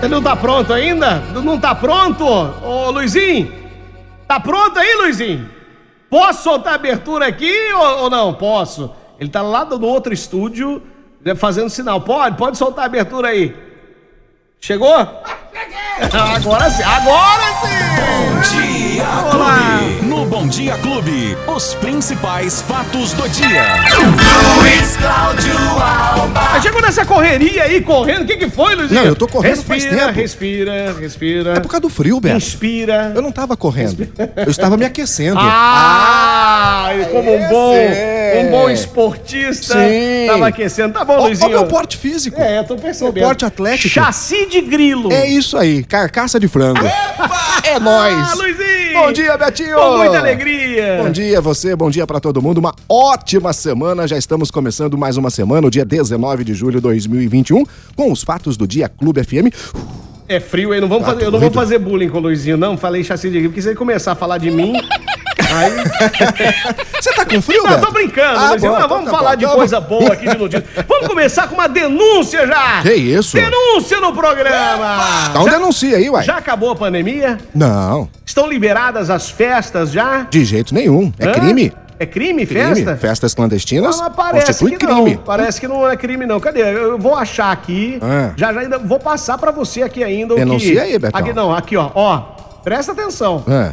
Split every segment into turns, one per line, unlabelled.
Ele não tá pronto ainda? Não tá pronto? Ô Luizinho! Tá pronto aí, Luizinho? Posso soltar a abertura aqui ou, ou não? Posso. Ele tá lá no outro estúdio né, fazendo sinal. Pode? Pode soltar a abertura aí. Chegou? Agora sim! Agora sim!
Bom Dia
Olá.
Clube. No Bom Dia Clube, os principais fatos do dia.
Luiz Cláudio Alba.
Mas Ah, Chegou nessa correria aí, correndo. O que, que foi, Luizinho?
Não, eu tô correndo faz
respira,
tempo.
Respira, respira,
É por causa do frio, Beto.
Inspira.
Eu não tava correndo. Eu estava me aquecendo.
Ah, ele como um
esse
bom,
é.
um bom esportista.
Sim.
Tava aquecendo. Tá bom,
Ó, ó
Luizinho.
meu porte físico.
É, eu tô percebendo.
Meu porte atlético.
Chassi de grilo.
É isso aí, carcaça de frango. É
Ah,
nóis.
Luizinho.
Bom dia, Betinho.
Com muita alegria.
Bom dia você, bom dia pra todo mundo. Uma ótima semana. Já estamos começando mais uma semana, o dia 19 de julho de 2021, com os fatos do dia Clube FM.
É frio aí, não
Tá
vamos fazer, eu não vou fazer bullying com o Luizinho, não. Falei chassi de grilo, porque se ele começar a falar de mim... Aí...
Você tá com frio,
Não,
Beto?
tô brincando,
Ah,
Luizinho.
bom,
Mas
então
vamos
tá
falar
bom.
de
Então
coisa boa aqui de notícia. Vamos começar com uma denúncia já.
Que isso?
Denúncia no programa.
Então denuncia aí, uai.
Já acabou a pandemia?
Não,
Estão liberadas as festas já?
de jeito nenhum. É
Hã?
crime.
É crime? Festa?
Crime. Festas clandestinas
Não, parece
constitui
que não.
crime.
Parece que não é crime, não. Cadê? Eu vou achar aqui.
Ah.
Já, já ainda vou passar pra você aqui ainda. o que-
Denuncia aí, Betão.
Aqui, não, aqui, ó. Ó, presta atenção.
Ah,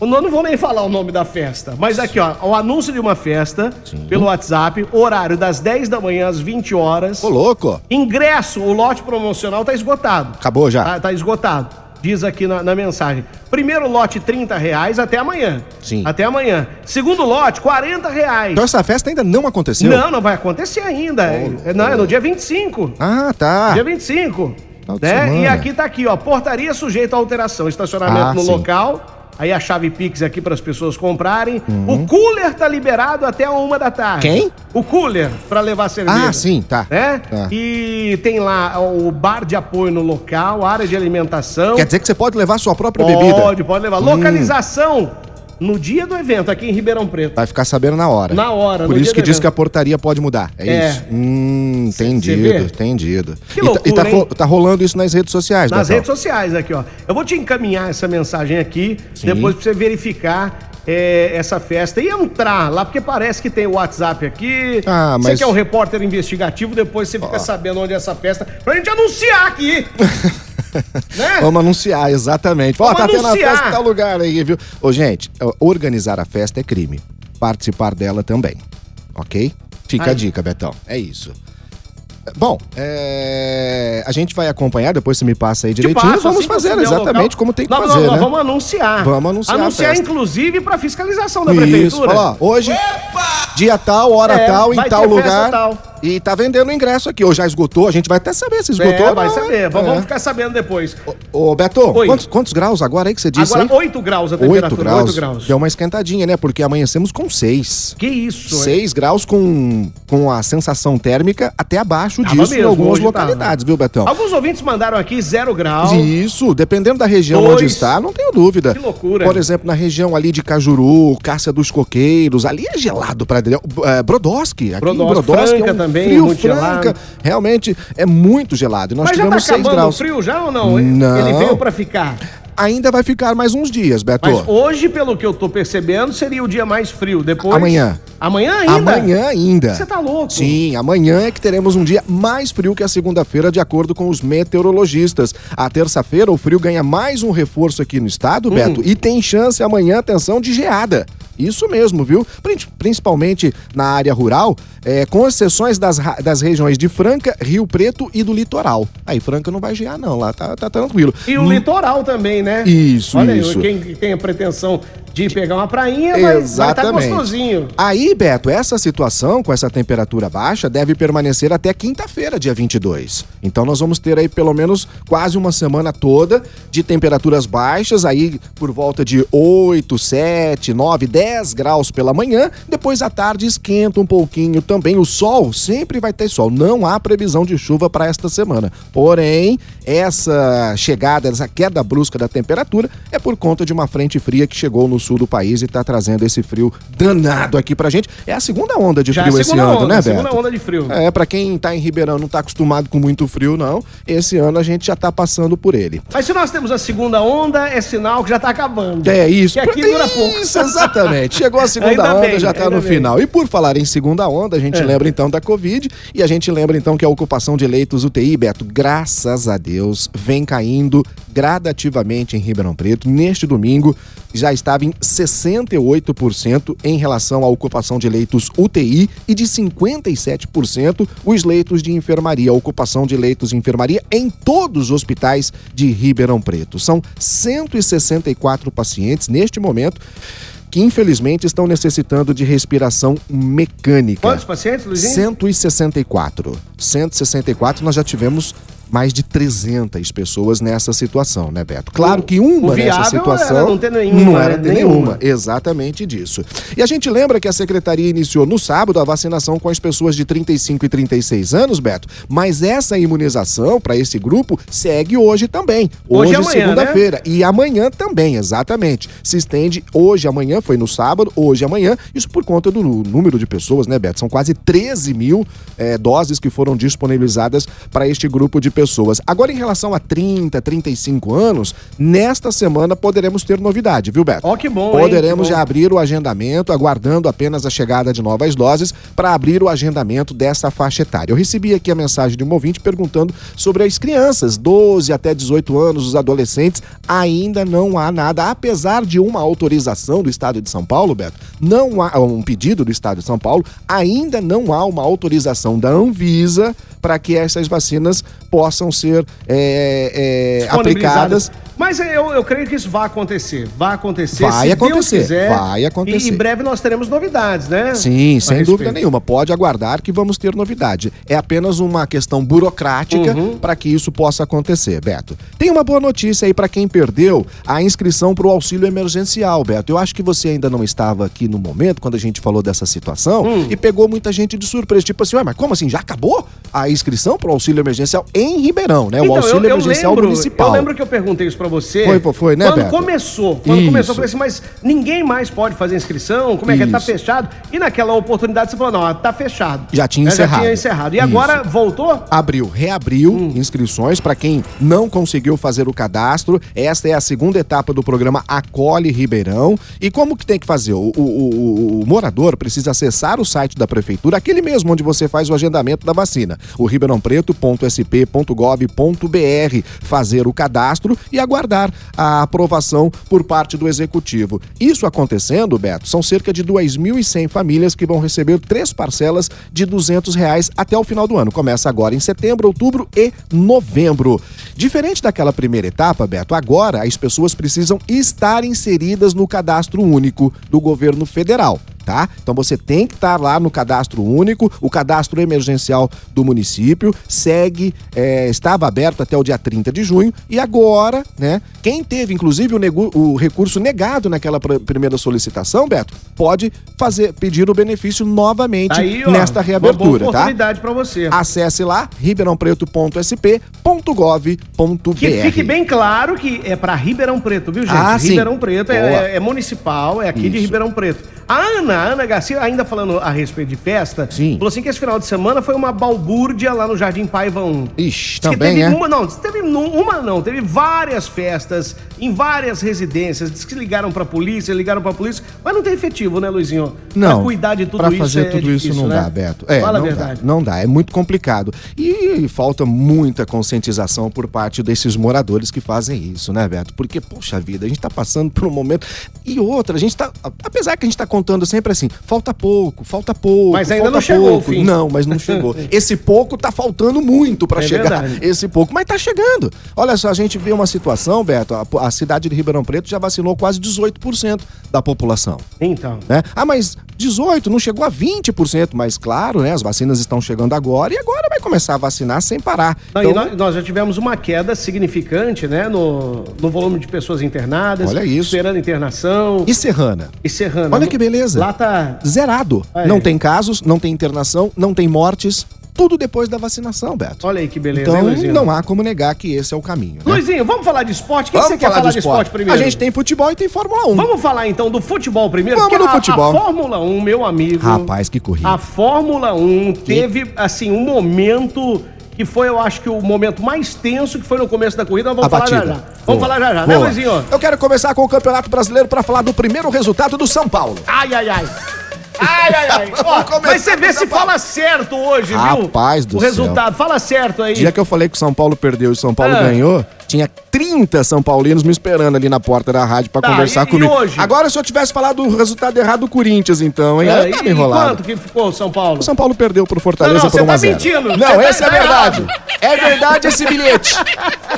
Eu não vou nem falar o nome da festa, mas aqui, ó, o anúncio de uma festa pelo WhatsApp, horário das 10 da manhã às 20 horas.
Ô, louco.
Ingresso, o lote promocional tá esgotado.
Acabou já.
Tá, tá esgotado. Diz aqui na, na mensagem. Primeiro lote, 30 reais até amanhã.
Sim.
Até amanhã. Segundo lote, 40 reais.
Então essa festa ainda não aconteceu?
Não, não vai acontecer ainda. É- não, é no dia 25.
Ah, tá.
Dia 25.
Final de
Né?
semana.
E aqui tá aqui, ó. Portaria sujeita a alteração. Estacionamento
Ah,
no
sim.
local. Aí a chave Pix aqui para as pessoas comprarem. O cooler tá liberado até a uma da tarde.
Uhum. Quem?
O cooler, para levar cerveja.
Ah, sim, tá.
Né?
Tá.
E tem lá o bar de apoio no local, área de alimentação.
Quer dizer que você pode levar sua própria bebida.
um.
Hum.
pode, pode levar. Localização no dia do evento, aqui em Ribeirão Preto.
Vai ficar sabendo na hora.
Na hora, no
Por isso
dia
que
do
diz
evento.
que a portaria pode mudar. É,
É.
isso. Hum,
Cê vê?
entendido, entendido.
Que
E tá-
loucura,
e tá,
hein?
ro- tá rolando isso nas redes sociais,
Nas
Betão.
redes sociais aqui, ó. Eu vou te encaminhar essa mensagem aqui,
Sim.
depois pra você verificar é, essa festa e entrar lá, porque parece que tem o WhatsApp aqui.
Ah,
Você
mas-
que é o repórter investigativo, depois você fica sabendo onde é essa festa, pra gente anunciar aqui. né?
Vamos anunciar, exatamente. Ó,
Vamos
tá tendo a
anunciar.
festa em tal lugar aí, viu? Ô, gente, ó, organizar a festa é crime. Participar dela também. Ok? Fica a dica, Betão. É isso. Bom, é, a gente vai acompanhar, depois você me passa aí
Te
direitinho.
passo,
vamos
assim, pra
fazer
saber o
exatamente
local.
como tem que
Não, não,
fazer,
não,
né?
Vamos anunciar.
Vamos anunciar a
Anunciar,
festa.
inclusive, pra fiscalização da
Isso,
prefeitura.
fala, ó, hoje, dia tal, hora
É,
tal, em
vai
tal
ter festa
lugar.
tal.
E tá vendendo ingresso aqui, ou já esgotou, a gente vai até saber se
É,
esgotou. ou
vai
não, né?
saber. Vamos
É.
ficar sabendo depois.
Ô, ô, Beto,
Oi.
quantos, quantos graus agora aí que você disse?
Agora,
hein?
8 graus a
8
temperatura.
graus.
oito graus.
Deu um uma esquentadinha, né? Porque amanhecemos com 6.
Que isso, hein?
6 graus com, com a sensação térmica até abaixo
Tava
disso em
mesmo,
algumas
hoje tá, né? tava.
localidades, viu, Betão?
Alguns ouvintes mandaram aqui zero grau.
Isso, dependendo da região
Dois.
onde está, não tenho dúvida.
Que loucura.
Por exemplo, na região ali de Cajuru, Cássia dos Coqueiros, ali é gelado para é, Brodowski, aqui
Brodowski,
em Brodowski
Franca
é um
também,
frio
muito
Franca,
gelado.
realmente é muito gelado. E nós
Mas já tá
tivemos 6
acabando
graus.
o frio já ou não?
Não.
Ele veio pra ficar.
Ainda vai ficar mais uns dias, Beto.
Mas hoje, pelo que eu tô percebendo, seria o dia mais frio. Depois.
Amanhã.
Amanhã ainda?
Amanhã ainda.
Você tá louco?
Sim, amanhã é que teremos um dia mais frio que a segunda-feira, de acordo com os meteorologistas. A terça-feira, o frio ganha mais um reforço aqui no estado,
Hum.
Beto, e tem chance amanhã, atenção, de geada. Isso mesmo, viu? Prin- Principalmente na área rural, é, com exceções das, ra- das regiões de Franca, Rio Preto e do litoral. Aí, Franca não vai gear, não, lá tá, tá tranquilo.
E o litoral também, né?
Isso,
Olha
isso.
Olha quem tem a pretensão de pegar uma prainha, vai- vai
Exatamente.
tá gostosinho.
Aí, Beto, essa situação com essa temperatura baixa deve permanecer até quinta-feira, dia 22. Então nós vamos ter aí pelo menos quase uma semana toda de temperaturas baixas, aí por volta de 8, 7, 9, 10 graus pela manhã. Depois à tarde esquenta um pouquinho também. O sol sempre vai ter sol. Não há previsão de chuva para esta semana. Porém, essa chegada, essa queda brusca da temperatura é por conta de uma frente fria que chegou no sul do país e tá trazendo esse frio danado aqui pra gente. É a segunda onda de
Já é a
frio esse
segunda
ano,
onda,
né,
a
Beto?
segunda onda de frio.
É, pra quem tá em Ribeirão e não tá acostumado com muito frio, não, esse ano a gente já tá passando por ele.
Mas se nós temos a segunda onda, é sinal que já tá acabando.
É isso.
Que aqui dura pouco.
Isso, exatamente. Chegou a segunda
Ainda
onda,
bem,
já está
ainda
no
bem. É.
final. E por falar em segunda onda, a gente lembra então da Covid e a gente lembra então que a ocupação de leitos UTI, Beto, graças a Deus, vem caindo gradativamente em Ribeirão Preto. Neste domingo já estava em 68% em relação à ocupação de leitos UTI e de 57% os leitos de enfermaria, a ocupação de leitos de enfermaria em todos os hospitais de Ribeirão Preto. São 164 pacientes neste momento que infelizmente estão necessitando de respiração mecânica.
Quantos pacientes, Luizinho?
164. 164 nós já tivemos mais de 300 pessoas nessa situação, né, Beto? Claro que uma
o
nessa
viável era
situação
não ter nenhuma,
não era
né?
ter
Nenhuma.
nenhuma. Exatamente disso. E a gente lembra que a secretaria iniciou no sábado a vacinação com as pessoas de 35 e 36 anos, Beto. Mas essa imunização para esse grupo segue hoje também.
Hoje e
Hoje,
amanhã, né?
segunda-feira. E amanhã também, exatamente. Se estende hoje, amanhã, foi no sábado, hoje, amanhã. Isso por conta do nu- número de pessoas, né, Beto? São quase 13 mil eh, doses que foram disponibilizadas para este grupo de pessoas. Agora, em relação a 30, 35 anos, nesta semana poderemos ter novidade, viu, Beto?
Ó, que bom, hein?
Poderemos
Que bom.
já abrir o agendamento, aguardando apenas a chegada de novas doses para abrir o agendamento dessa faixa etária. Eu recebi aqui a mensagem de um ouvinte perguntando sobre as crianças, 12 até 18 anos, os adolescentes, ainda não há nada, apesar de uma autorização do Estado de São Paulo, Beto, não há um pedido do Estado de São Paulo, ainda não há uma autorização da Anvisa para que essas vacinas possam ser é, é, aplicadas.
Mas é, eu, eu creio que isso vai acontecer. Vai acontecer.
Vai
se Deus
acontecer,
quiser.
vai acontecer.
E em breve nós teremos novidades, né?
Sim, sem
A
dúvida
respeito.
nenhuma. Pode aguardar que vamos ter novidade. É apenas uma questão burocrática
Uhum.
para que isso possa acontecer, Beto. Tem uma boa notícia aí para quem perdeu a inscrição para o auxílio emergencial, Beto. Eu acho que você ainda não estava aqui no momento quando a gente falou dessa situação
Hum.
e pegou muita gente de surpresa. Tipo assim, ué, mas como assim? Já acabou a inscrição para o auxílio emergencial em Ribeirão, né? o
Então,
auxílio
eu, eu
emergencial
lembro,
municipal.
Eu lembro que eu perguntei isso pra você.
Foi, foi, foi, né,
Quando
Beto?
começou, quando começou,
Isso.
eu falei assim, mas ninguém mais pode fazer inscrição, como é que é? Tá
Isso.
fechado? E naquela oportunidade você falou, não, tá fechado.
Já tinha
Né,
encerrado.
Já tinha encerrado. E
Isso.
agora voltou?
abriu, reabriu inscrições para quem não conseguiu fazer o cadastro. Esta é a segunda etapa do programa Acolhe Ribeirão. E como que tem que fazer? O, o- o- o morador precisa acessar o site da prefeitura, aquele mesmo onde você faz o agendamento da vacina, o ribeirãopreto.sp.gov.br, fazer o cadastro e aguardar a aprovação por parte do executivo. Isso acontecendo, Beto, são cerca de 2.100 famílias que vão receber três parcelas de R$ 200 reais até o final do ano. Começa agora em setembro, outubro e novembro. Diferente daquela primeira etapa, Beto, agora as pessoas precisam estar inseridas no cadastro único do governo federal. Tá? Então você tem que estar lá no cadastro único, o cadastro emergencial do município, segue, é, estava aberto até o dia 30 de junho e agora, né, quem teve inclusive o, nego- o recurso negado naquela pr- primeira solicitação, Beto, pode fazer pedir o benefício novamente
Tá Aí, ó,
tipo, nesta
uma
reabertura,
boa
tá?
oportunidade pra você.
Acesse lá ribeirãopreto.sp.gov.br.
Que fique bem claro que é para Ribeirão Preto, viu, gente?
Ah, sim.
Ribeirão Preto é-
Boa.
é, é municipal, é aqui de
Isso.
Ribeirão Preto. A Ana, a Ana Garcia, ainda falando a respeito de festa,
Sim.
falou assim que esse final de semana foi uma balbúrdia lá no Jardim Paiva 1.
Ixi,
Diz que
também,
teve
né?
uma, não, diz que teve nu- uma não, teve várias festas em várias residências, diz que ligaram pra polícia, ligaram pra polícia, mas não tem efetivo, né, Luizinho?
Não.
Pra cuidar de tudo
pra
isso
fazer
é
tudo
difícil,
isso não
né?
dá, Beto. É,
Fala
não
a verdade.
Dá, não dá, é muito complicado. E falta muita conscientização por parte desses moradores que fazem isso, né, Beto? Porque, poxa vida, a gente tá passando por um momento. E outra, a gente tá. Apesar que a gente tá contando sempre assim, falta pouco, falta pouco.
Mas ainda
falta
não chegou
pouco.
o fim.
Não, mas não chegou. Esse pouco tá faltando muito pra
É
chegar.
verdade.
Esse pouco, mas tá chegando. Olha só, a gente vê uma situação, Beto, a, a cidade de Ribeirão Preto já vacinou quase 18% da população
Então.
né? Ah, mas 18 não chegou a 20%, mas claro, né? As vacinas estão chegando agora e agora vai começar a vacinar sem parar.
Não,
Então,
e nó- nós, já tivemos uma queda significante, né, no, no volume de pessoas internadas.
Olha isso.
Esperando internação.
E Serrana?
E Serrana.
Olha que beleza.
Lá tá.
Zerado.
Ah, é.
Não tem casos, não tem internação, não tem mortes. tudo depois da vacinação, Beto.
Olha aí que beleza,
Então,
hein, Luizinho?
não há como negar que esse é o caminho. né?
Luizinho, vamos falar de esporte? O que, que você quer falar de esporte, primeiro?
A gente tem futebol e tem Fórmula 1.
Vamos falar então do futebol primeiro?
Vamos
porque
no
a-
futebol.
A, Fórmula 1, meu amigo.
Rapaz, que corrida.
A Fórmula 1 teve, assim, um momento que foi, eu acho que o momento mais tenso que foi no começo da corrida. Vamos
a
falar
batida.
já já.
Boa.
Vamos falar já já, né,
Boa.
Luizinho?
Eu quero começar com o Campeonato Brasileiro para falar do primeiro resultado do São Paulo.
Ai, ai, ai. Ai, ai, ai. Ó,
Vamos começar
mas você vê
com
se
São Paulo.
fala certo hoje, viu?
Rapaz do
O
céu.
resultado, fala certo aí.
O dia que eu falei que o São Paulo perdeu e o São Paulo
Ah.
ganhou, tinha 30 São Paulinos me esperando ali na porta da rádio para
Tá,
conversar
e- e
comigo.
hoje?
Agora, se eu tivesse falado o resultado errado do Corinthians, então, hein?
Ah,
eu tava
e- e
enrolado.
quanto que ficou o São Paulo?
O São Paulo perdeu pro Fortaleza
Não, não,
por
você
1
tá
a 0.
mentindo. Você
Não,
tá-
esse é
tá
verdade. É verdade esse bilhete.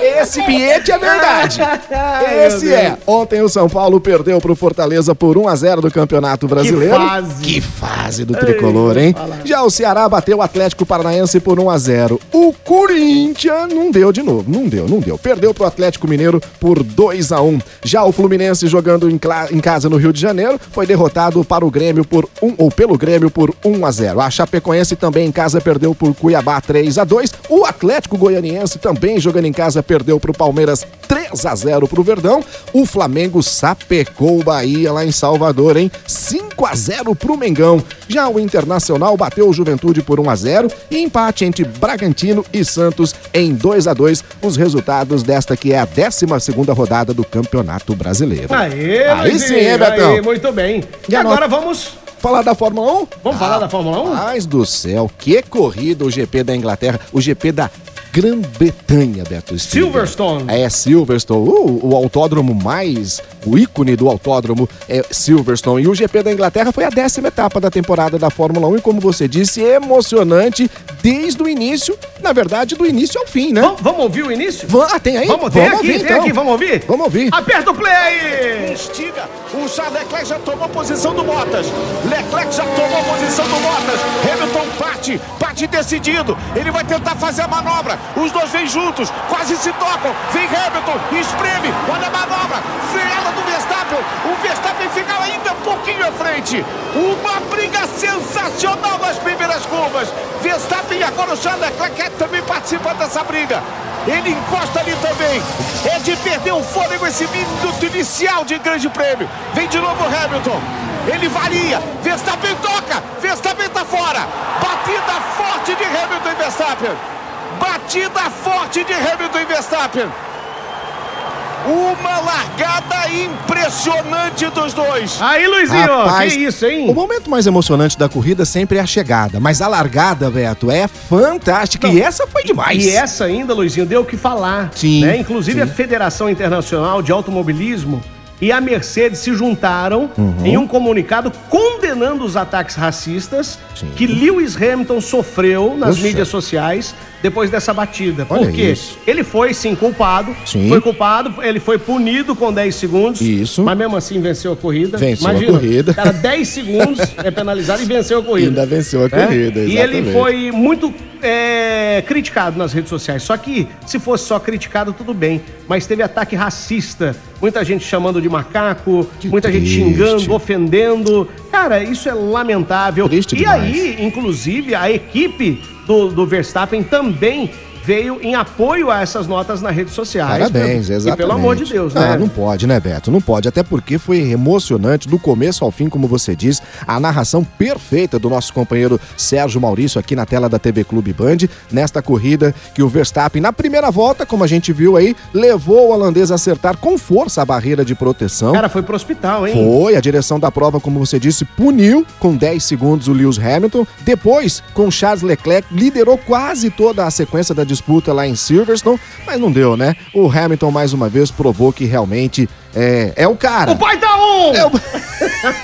Esse bilhete é verdade.
Ai,
Esse
meu
é. Ontem o São Paulo perdeu pro Fortaleza por 1 a 0 do Campeonato Brasileiro.
fase.
Que fase do tricolor, hein?
vou falar.
Já o Ceará bateu o Atlético Paranaense por 1 a 0. O Corinthians não deu de novo, não deu, não deu. Perdeu pro Atlético Mineiro por 2 a 1. Já o Fluminense jogando em, cla- em casa no Rio de Janeiro foi derrotado para o Grêmio por 1 ou pelo Grêmio por 1 a 0. A Chapecoense também em casa perdeu por Cuiabá 3 a 2. O Atlético Goianiense também jogando em casa perdeu pro Palmeiras 3 a 0 pro Verdão. O Flamengo sapecou o Bahia lá em Salvador, hein? 5 a 0 pro Mengão. Já o Internacional bateu o Juventude por 1 a 0 e empate entre Bragantino e Santos em 2 a 2. Os resultados desta que é a 12ª rodada do Campeonato Brasileiro.
Aê,
Aí sim,
Luizinho,
hein, Betão?
Aí, muito bem. E,
E a Ah.
agora vamos.
Falar da Fórmula 1?
Vamos falar da Fórmula 1?
Rapaz do céu, que corrida o GP da Inglaterra, o GP da Grã-Bretanha, Beto Stilber.
Silverstone.
É, Silverstone. Uh, O, o autódromo mais, o ícone do autódromo é Silverstone. E o GP da Inglaterra foi a décima etapa da temporada da Fórmula 1 e, como você disse, emocionante desde o início, na verdade, do início ao fim, né?
Vamos, vamos ouvir o início?
Vam- ah, tem aí?
Vamos, tem aqui, tem
então.
aqui, vamos ouvir?
Vamos ouvir.
Aperta o play!
Estiga, o Charles Leclerc já tomou posição do Bottas. Leclerc já tomou posição do Bottas. Hamilton parte, parte decidido. Ele vai tentar fazer a manobra. Os dois vêm juntos, quase se tocam. Vem Hamilton, espreme, olha a manobra. Freada do Verstappen. O Verstappen fica ainda um pouquinho à frente. Uma briga sensacional nas primeiras curvas. Verstappen e agora o Charles Leclerc também participa dessa briga. Ele encosta ali também. É de perder o fôlego esse minuto inicial de grande prêmio. Vem de novo o Hamilton. Ele varia. Verstappen toca. Verstappen tá fora. Batida forte de Hamilton e Verstappen. Batida forte de Hamilton e Verstappen. Uma largada impressionante dos dois.
Aí, Luizinho, que isso, hein?
O momento mais emocionante da corrida sempre é a chegada, mas a largada, Beto, é fantástica. e essa foi demais.
E essa ainda, Luizinho, deu o que falar.
Sim,
né? Inclusive,
sim.
a Federação Internacional de Automobilismo e a Mercedes se juntaram
Uhum.
em um comunicado condenando os ataques racistas
Sim.
que Lewis Hamilton sofreu nas
Puxa.
mídias sociais depois dessa batida.
Olha
Por quê?
isso.
Ele foi, sim, culpado.
Sim.
Foi culpado, ele foi punido com 10 segundos.
Isso.
Mas mesmo assim venceu a corrida.
Venceu a corrida.
Cara, 10 segundos é penalizado e venceu a corrida.
Ainda venceu a
né?
corrida,
E ele
exatamente.
foi foi muito é, criticado nas redes sociais. Só que se fosse só criticado, tudo bem. Mas teve ataque racista, muita gente chamando de macaco,
Que
muita gente
triste.
xingando, ofendendo. Cara, isso é lamentável.
Triste
e
demais.
aí, inclusive, a equipe do, do Verstappen também veio em apoio a essas notas nas redes sociais.
Parabéns,
E
exatamente.
pelo amor de Deus, né?
Ah, não pode, né, Beto? Não pode, até porque foi emocionante do começo ao fim, como você diz, a narração perfeita do nosso companheiro Sérgio Maurício aqui na tela da TV Clube Band, nesta corrida que o Verstappen, na primeira volta, como a gente viu aí, levou o holandês a acertar com força a barreira de proteção.
Cara, foi pro hospital, hein?
Foi, a direção da prova, como você disse, puniu com 10 segundos o Lewis Hamilton. Depois, com Charles Leclerc, liderou quase toda a sequência da disputa lá em Silverstone, mas não deu, né? O Hamilton, mais uma vez, provou que realmente é, é o cara.
O pai tá on!
É o...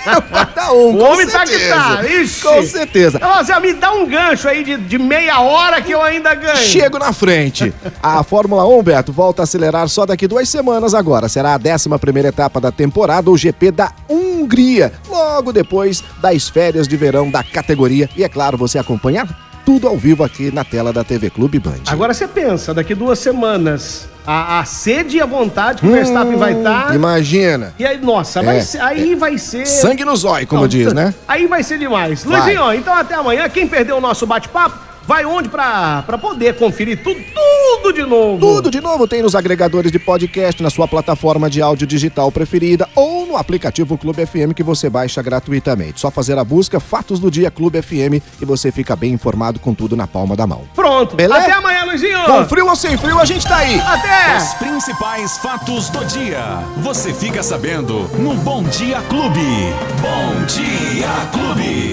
é o Pataon,
O
com
homem tá que tá, ixi.
Com certeza.
Ó, Zé, me dá um gancho aí de, de meia hora que eu ainda ganho.
Chego na frente. A Fórmula 1, Beto, volta a acelerar só daqui duas semanas agora. Será a 11 etapa da temporada, o GP da Hungria, logo depois das férias de verão da categoria. E é claro, você acompanha tudo ao vivo aqui na tela da TV Clube Band.
Agora você pensa, daqui duas semanas, a, a sede e a vontade que o Verstappen vai tá? estar.
Imagina.
E aí, nossa,
Hum, É,
vai ser- aí vai ser.
Sangue no zóio, como
Não,
diz, né?
Aí vai ser demais.
Vai.
Luizinho, ó, então até amanhã. Quem perdeu o nosso bate-papo, vai onde pra, pra poder conferir tudo, tudo de novo?
Tudo de novo tem nos agregadores de podcast, na sua plataforma de áudio digital preferida ou no aplicativo Clube FM que você baixa gratuitamente. Só fazer a busca Fatos do Dia Clube FM e você fica bem informado com tudo na palma da mão.
Pronto.
Beleza?
Até amanhã, Luizinho.
Com frio ou sem frio, a gente tá aí.
Até.
Os principais fatos do dia. Você fica sabendo no Bom Dia Clube. Bom Dia Clube.